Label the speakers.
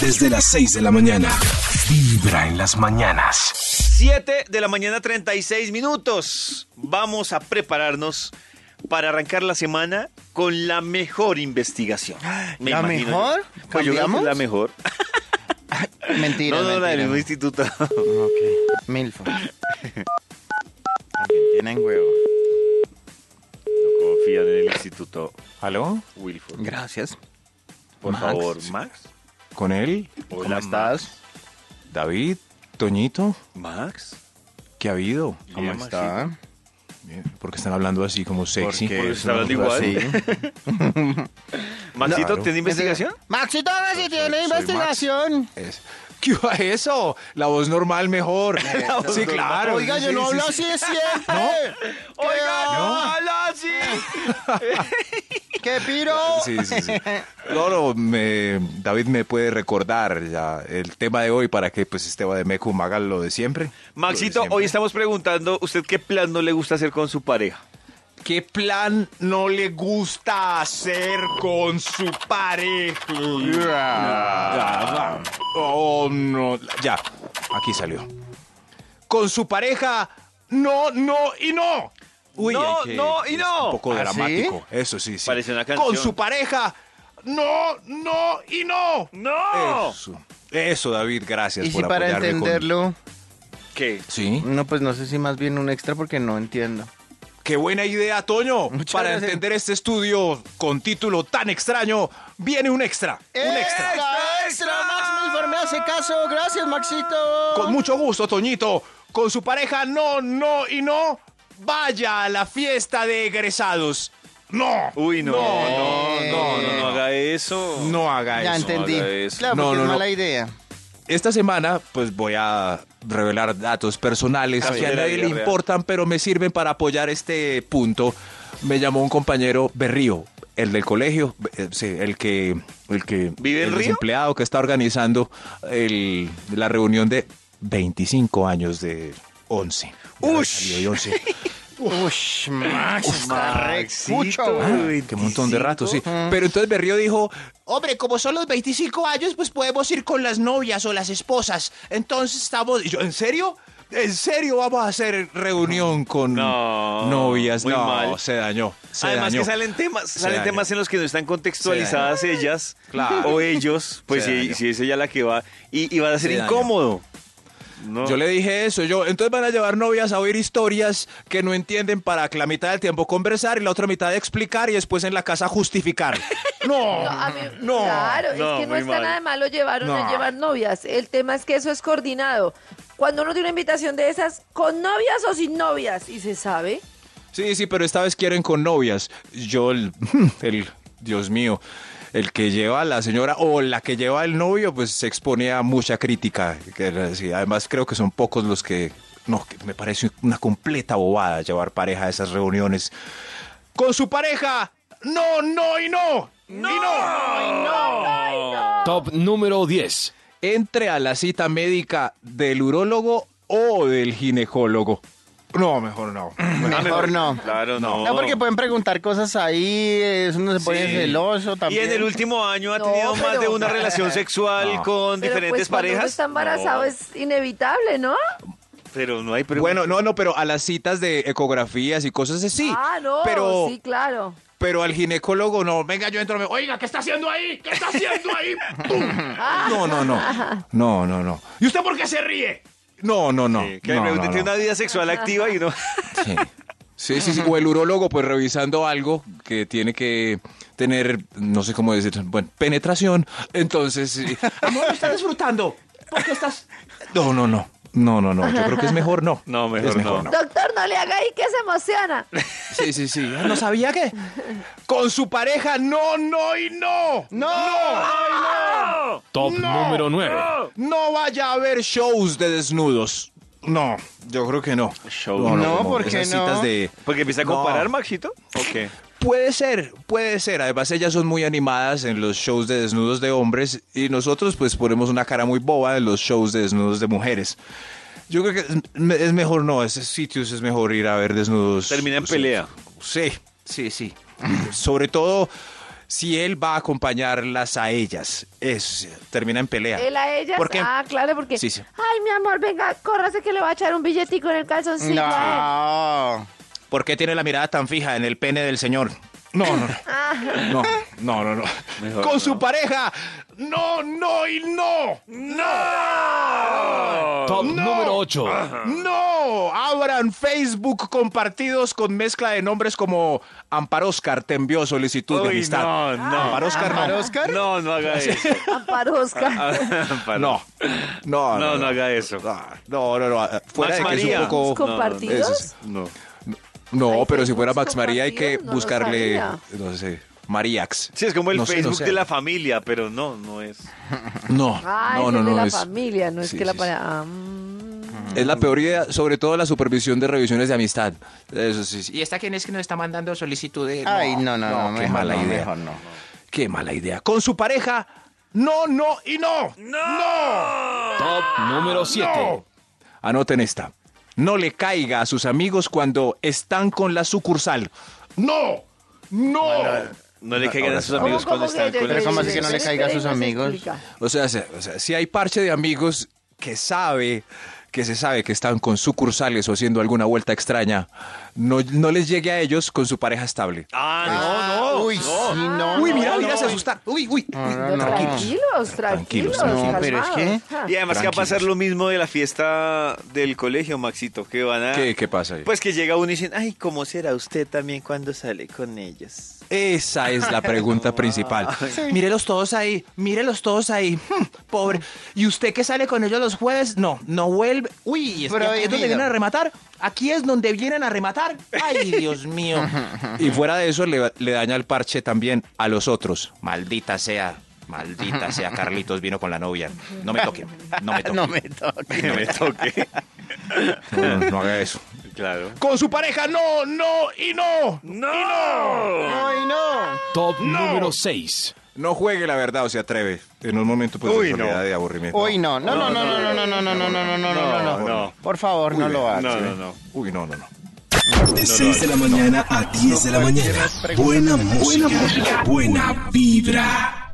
Speaker 1: desde las 6 de la mañana. Vibra en las mañanas.
Speaker 2: 7 de la mañana 36 minutos. Vamos a prepararnos para arrancar la semana con la mejor investigación. Me
Speaker 3: ¿La
Speaker 2: imagino yo.
Speaker 3: mejor?
Speaker 2: Pues yo creo que es
Speaker 3: ¿Cambiamos?
Speaker 2: la mejor.
Speaker 3: Mentira.
Speaker 2: no, no, la del mismo
Speaker 3: mentira.
Speaker 2: instituto.
Speaker 3: Ok. Milfo. También tienen huevo.
Speaker 2: No confían en el instituto
Speaker 4: ¿Aló?
Speaker 2: Wilford.
Speaker 3: Gracias.
Speaker 2: Por
Speaker 3: Max.
Speaker 2: favor, Max.
Speaker 4: ¿Con él?
Speaker 2: Hola,
Speaker 3: ¿Cómo estás?
Speaker 4: ¿David? ¿Toñito?
Speaker 2: Max.
Speaker 4: ¿Qué ha habido?
Speaker 3: ¿Cómo
Speaker 2: Bien,
Speaker 3: está?
Speaker 4: Bien, ¿Por qué están hablando así como sexy?
Speaker 2: Porque
Speaker 3: es
Speaker 2: está hablando
Speaker 3: una cosa
Speaker 2: igual.
Speaker 3: así.
Speaker 2: Maxito,
Speaker 4: Claro.
Speaker 2: ¿tiene investigación?
Speaker 3: Maxito, ahora sí tiene
Speaker 4: Pues soy Max.
Speaker 3: investigación.
Speaker 4: Es- ¿Qué va eso? La voz normal mejor. sí, claro.
Speaker 3: Oiga, yo
Speaker 4: Sí,
Speaker 3: no
Speaker 4: sí,
Speaker 3: hablo
Speaker 4: sí.
Speaker 3: así de siempre.
Speaker 2: Oiga, no,
Speaker 4: ¿No?
Speaker 2: habla así.
Speaker 3: ¡Qué piro!
Speaker 4: Sí, sí, sí. No, no, me- David me puede recordar ya el tema de hoy para que pues Esteban de Mecum haga lo de siempre.
Speaker 2: Maxito,
Speaker 4: Lo de
Speaker 2: hoy
Speaker 4: siempre.
Speaker 2: estamos preguntando, ¿usted qué plan no le gusta hacer con su pareja?
Speaker 4: ¿Qué plan no le gusta hacer con su pareja? Oh, no. Ya, aquí salió. Con su pareja, no, no y no.
Speaker 2: No,
Speaker 4: hay
Speaker 2: no y
Speaker 4: es
Speaker 2: no.
Speaker 4: Un poco
Speaker 3: ¿Ah,
Speaker 4: dramático. Eso sí, sí.
Speaker 2: Parece una
Speaker 4: Con
Speaker 2: canción.
Speaker 4: su pareja, no, no y no.
Speaker 2: ¡No!
Speaker 4: Eso. Eso, David, gracias
Speaker 3: Y si
Speaker 4: por
Speaker 3: para
Speaker 4: apoyarme con-
Speaker 3: entenderlo,
Speaker 2: ¿Qué?
Speaker 4: Sí.
Speaker 3: no, pues no sé si más bien un extra porque no entiendo.
Speaker 4: Qué buena idea, Toño.
Speaker 3: Muchas
Speaker 4: Para
Speaker 3: gracias.
Speaker 4: entender este estudio con título tan extraño, viene un extra. Un extra.
Speaker 3: ¡Extra, extra! Max Milford me hace caso. Gracias, Maxito.
Speaker 4: Con mucho gusto, Toñito. Con su pareja, no, no y no, vaya a la fiesta de egresados. No.
Speaker 2: Uy, no.
Speaker 4: No,
Speaker 2: no, no, no, no haga eso.
Speaker 4: No haga
Speaker 3: ya
Speaker 4: eso.
Speaker 3: entendí.
Speaker 2: haga eso.
Speaker 3: Claro,
Speaker 4: No,
Speaker 3: porque
Speaker 4: no,
Speaker 3: es
Speaker 4: no.
Speaker 3: mala idea.
Speaker 4: Esta semana, pues voy a revelar datos personales
Speaker 2: Casos
Speaker 4: que a
Speaker 2: de la
Speaker 4: nadie
Speaker 2: vida
Speaker 4: le
Speaker 2: real.
Speaker 4: importan, pero me sirven para apoyar este punto. Me llamó un compañero Berrío, el del colegio, eh, sí, el que, el que
Speaker 2: ¿Vive en
Speaker 4: el
Speaker 2: Río?
Speaker 4: desempleado que está organizando el- la reunión de 25 años de 11. de haber
Speaker 2: Ush.
Speaker 4: salido de 11.
Speaker 3: Ush, Max, está re
Speaker 2: Maxito.
Speaker 3: cucho.
Speaker 4: Ah, qué montón de rato, sí. Pero entonces Berrío dijo, hombre, como son los 25 años, pues podemos ir con las novias o las esposas. Entonces estamos... Y yo, ¿en serio? ¿En serio vamos a hacer reunión con
Speaker 2: No,
Speaker 4: novias?
Speaker 2: muy
Speaker 4: no,
Speaker 2: mal.
Speaker 4: se dañó. se
Speaker 2: Además
Speaker 4: dañó.
Speaker 2: que salen temas, salen
Speaker 4: dañó.
Speaker 2: temas en los que no están contextualizadas ellas
Speaker 4: Claro.
Speaker 2: o ellos, pues
Speaker 4: Se
Speaker 2: si,
Speaker 4: dañó.
Speaker 2: si es ella la que va y, y va a ser
Speaker 4: Se dañó.
Speaker 2: incómodo. No.
Speaker 4: Yo le dije eso, yo, entonces van a llevar novias a oír historias que no entienden para que la mitad del tiempo conversar y la otra mitad explicar y después en la casa justificar. No,
Speaker 5: No, a mí-
Speaker 4: no.
Speaker 5: claro,
Speaker 2: no,
Speaker 5: es que no
Speaker 2: muy
Speaker 5: está
Speaker 2: mal.
Speaker 5: nada de malo llevar o no.
Speaker 4: No.
Speaker 5: llevar novias. El tema es que eso es coordinado. Cuando uno tiene una invitación de esas, con novias o sin novias, y se sabe.
Speaker 4: Sí, sí, pero esta vez quieren con novias. Yo, el, el- Dios mío, el que lleva a la señora o la que lleva el novio, pues se expone a mucha crítica. que- sí, además, creo que son pocos los que... No, que me parece una completa bobada llevar pareja a esas reuniones. ¡Con su pareja! ¡No, no y no! ¡No! ¡Y no!
Speaker 1: Top número 10.
Speaker 4: Entre a la cita médica del urólogo o del ginecólogo. No, mejor no.
Speaker 2: Ah,
Speaker 3: Mejor no.
Speaker 2: Claro, no.
Speaker 3: No, porque pues, pueden preguntar cosas ahí, eh, uno se pone
Speaker 2: Sí.
Speaker 3: celoso
Speaker 2: Y
Speaker 3: también.
Speaker 2: en el último año ha
Speaker 5: No,
Speaker 2: tenido más
Speaker 5: pero-
Speaker 2: de una relación sexual
Speaker 4: No.
Speaker 2: con
Speaker 5: Pero,
Speaker 2: diferentes
Speaker 5: pues, cuando uno
Speaker 2: parejas.
Speaker 5: está embarazado
Speaker 2: No,
Speaker 5: es inevitable, ¿no?
Speaker 2: Pero no hay
Speaker 4: Pero-
Speaker 2: pregunta.
Speaker 4: Bueno, no, no, pero a las citas de ecografías y cosas así.
Speaker 5: ah, no,
Speaker 4: Pero,
Speaker 5: sí, claro.
Speaker 4: pero al ginecólogo no. Venga, yo entro. me- Oiga, ¿qué está haciendo ahí? ¿Qué está haciendo ahí? ¡Pum! no, no, no. No, no, no. ¿Y usted por qué se ríe? No, no, no.
Speaker 2: Sí, que
Speaker 4: no,
Speaker 2: de
Speaker 4: no,
Speaker 2: repente
Speaker 4: no.
Speaker 2: tiene una vida sexual activa y no.
Speaker 4: Sí. Sí, sí, sí. O el urólogo, pues revisando algo que tiene que tener, no sé cómo decir, bueno, penetración. Entonces. sí. Amor, está disfrutando. ¿Por qué estás.? No, no, no. No, no, no. Yo creo que es mejor no.
Speaker 2: No, mejor
Speaker 4: Es mejor
Speaker 2: no.
Speaker 4: no.
Speaker 5: Doctor, no le haga ahí que se emociona.
Speaker 4: Sí, sí, sí. Ah, No sabía que. Con su pareja, no, no y no. No.
Speaker 1: Top número 9.
Speaker 4: No vaya a haber shows de desnudos. No, yo creo que no.
Speaker 2: Shows.
Speaker 3: No, ¿por qué
Speaker 4: esas
Speaker 3: no?
Speaker 4: citas de.
Speaker 2: Porque empieza a
Speaker 4: No.
Speaker 2: comparar, Maxito. Ok.
Speaker 4: Puede ser, puede ser. Además, ellas son muy animadas en los shows de desnudos de hombres y nosotros, pues, ponemos una cara muy boba en los shows de desnudos de mujeres. Yo creo que es- me- es mejor no, a esos sitios es mejor ir a ver desnudos.
Speaker 2: Termina en
Speaker 4: Sí,
Speaker 2: pelea.
Speaker 4: Sí, sí, sí. Sobre todo si él va a acompañarlas a ellas. Eso sí, termina en pelea.
Speaker 5: Él a ellas.
Speaker 4: Porque-
Speaker 5: Ah, claro, porque.
Speaker 4: Sí, sí.
Speaker 5: Ay, mi amor, venga, córrase que le va a echar un billetico en el calzoncillo. a él".
Speaker 3: No.
Speaker 4: ¿Por qué tiene la mirada tan fija en el pene del señor? No, no,
Speaker 5: Ah,
Speaker 4: no. No, no, no.
Speaker 2: Mejor
Speaker 4: Con
Speaker 2: no.
Speaker 4: su pareja. No, no y no. No. Ah.
Speaker 6: Top
Speaker 4: No.
Speaker 6: número 8.
Speaker 4: No. Abran Facebook compartidos con mezcla de nombres como Amparo Oscar te envió solicitud de
Speaker 2: Uy,
Speaker 4: amistad.
Speaker 2: no, Ah, no.
Speaker 4: Amparo Oscar no.
Speaker 3: ¿Amparo Oscar?
Speaker 2: No, no haga eso.
Speaker 5: Amparo Oscar.
Speaker 2: Amparo.
Speaker 4: No. No,
Speaker 2: No, no, haga eso.
Speaker 4: No, no, no. Fuera
Speaker 2: Max
Speaker 4: de que es
Speaker 2: María.
Speaker 4: un poco.
Speaker 5: No, no, no. ¿Compartidos?
Speaker 4: Eso es-
Speaker 2: No.
Speaker 4: No,
Speaker 5: Ay,
Speaker 4: pero si fuera
Speaker 5: Facebook
Speaker 4: Max María hay que
Speaker 5: compartidos, no lo
Speaker 4: buscarle,
Speaker 5: sabía.
Speaker 4: no sé, Mariax.
Speaker 2: Sí, es como el
Speaker 4: No sé, no
Speaker 2: Facebook
Speaker 4: sé.
Speaker 2: de la familia, pero no, no es.
Speaker 4: No,
Speaker 5: Ay,
Speaker 4: no,
Speaker 5: es
Speaker 4: no,
Speaker 5: el
Speaker 4: no.
Speaker 5: de la
Speaker 4: es,
Speaker 5: familia, no es
Speaker 4: sí,
Speaker 5: que la
Speaker 4: sí,
Speaker 5: pareja. Ah, mm.
Speaker 4: sí. Es la peor idea, sobre todo la supervisión de revisiones de amistad. Eso sí. sí.
Speaker 7: ¿Y esta quién es que nos está mandando solicitud de.?
Speaker 3: Ay, no, no, no,
Speaker 4: qué
Speaker 3: mejor
Speaker 4: mala
Speaker 3: no,
Speaker 4: idea.
Speaker 3: mejor no.
Speaker 4: Qué mala idea. Con su pareja, no, no y no.
Speaker 6: Top número 7.
Speaker 4: Anoten esta. No le caiga a sus amigos cuando están con la sucursal. No, no.
Speaker 2: No le caigan a sus
Speaker 5: ¿Cómo,
Speaker 2: amigos
Speaker 5: cómo
Speaker 2: cuando están
Speaker 5: que yo-
Speaker 2: con
Speaker 5: yo-
Speaker 3: Pero ¿cómo
Speaker 5: yo-
Speaker 3: así que no
Speaker 5: yo-
Speaker 3: le
Speaker 5: yo-
Speaker 3: caiga a sus
Speaker 5: espera y nos
Speaker 3: amigos?
Speaker 5: explica.
Speaker 4: O sea, se- o sea, si hay parche de amigos que sabe, que se sabe que están con sucursales o haciendo alguna vuelta extraña, no, no les llegue a ellos con su pareja estable.
Speaker 2: Ah, no, no.
Speaker 3: Uy, sí, no.
Speaker 4: uy,
Speaker 3: no,
Speaker 4: mira,
Speaker 3: no.
Speaker 4: mira, se asustan. Uy, uy.
Speaker 5: No, Tranquilos, tranquilos,
Speaker 4: Tranquilos,
Speaker 3: no, pero es
Speaker 5: calmados.
Speaker 3: que-
Speaker 5: Ah.
Speaker 2: Y además que va a pasar lo mismo de la fiesta del colegio, Maxito, que van a...
Speaker 4: ¿Qué, qué pasa ahí?
Speaker 2: Pues que llega uno y dicen, ay, ¿cómo será usted también cuando sale con ellos?
Speaker 4: Esa es la pregunta principal. Mírelos todos ahí, mírelos todos ahí. Hmm, Pobre. ¿Y usted que sale con ellos los jueves? No, no vuelve.
Speaker 7: Uy, es, que
Speaker 3: Pero,
Speaker 7: aquí es donde
Speaker 3: Emilio.
Speaker 7: vienen a rematar. Aquí es donde vienen a rematar. Ay, Dios mío.
Speaker 4: Y fuera de eso, le, le daña el parche también a los otros.
Speaker 7: Maldita sea. Maldita sea, Carlitos vino con la novia. No me toquen, no me toquen.
Speaker 3: No me toques.
Speaker 2: Que me toque.
Speaker 4: No, no, no haga eso.
Speaker 2: claro.
Speaker 4: Con su pareja, no, no y no.
Speaker 3: Ay, no.
Speaker 6: Top número 6.
Speaker 4: No juegue la verdad o se atreve. En un momento pues,
Speaker 2: Uy,
Speaker 4: de soledad
Speaker 2: no.
Speaker 4: y aburrimiento.
Speaker 3: Uy, no. No, no, no, no, no, no, no, no, no, no, no, no, no,
Speaker 2: No.
Speaker 3: no. Por favor, no lo
Speaker 2: No,
Speaker 3: hagas.
Speaker 2: no, no.
Speaker 4: Uy, no, no, no.
Speaker 1: De 6 de la mañana a 10 de la mañana. Buena música, buena vibra.